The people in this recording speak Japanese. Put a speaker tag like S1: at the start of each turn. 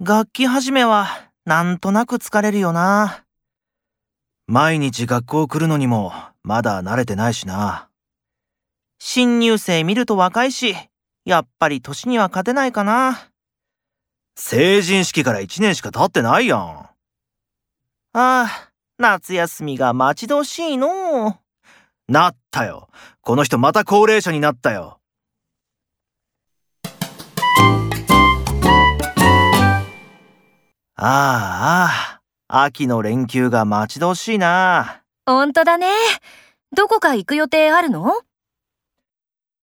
S1: 楽器始めはなんとなく疲れるよな。
S2: 毎日学校来るのにもまだ慣れてないしな。
S1: 新入生見ると若いし、やっぱり年には勝てないかな。
S2: 成人式から1年しか経ってないやん。あ
S1: あ、夏休みが待ち遠しいのう。
S2: なったよ。この人また高齢者になったよ。
S1: ああ、秋の連休が待ち遠しいな。
S3: ほんとだね。どこか行く予定あるの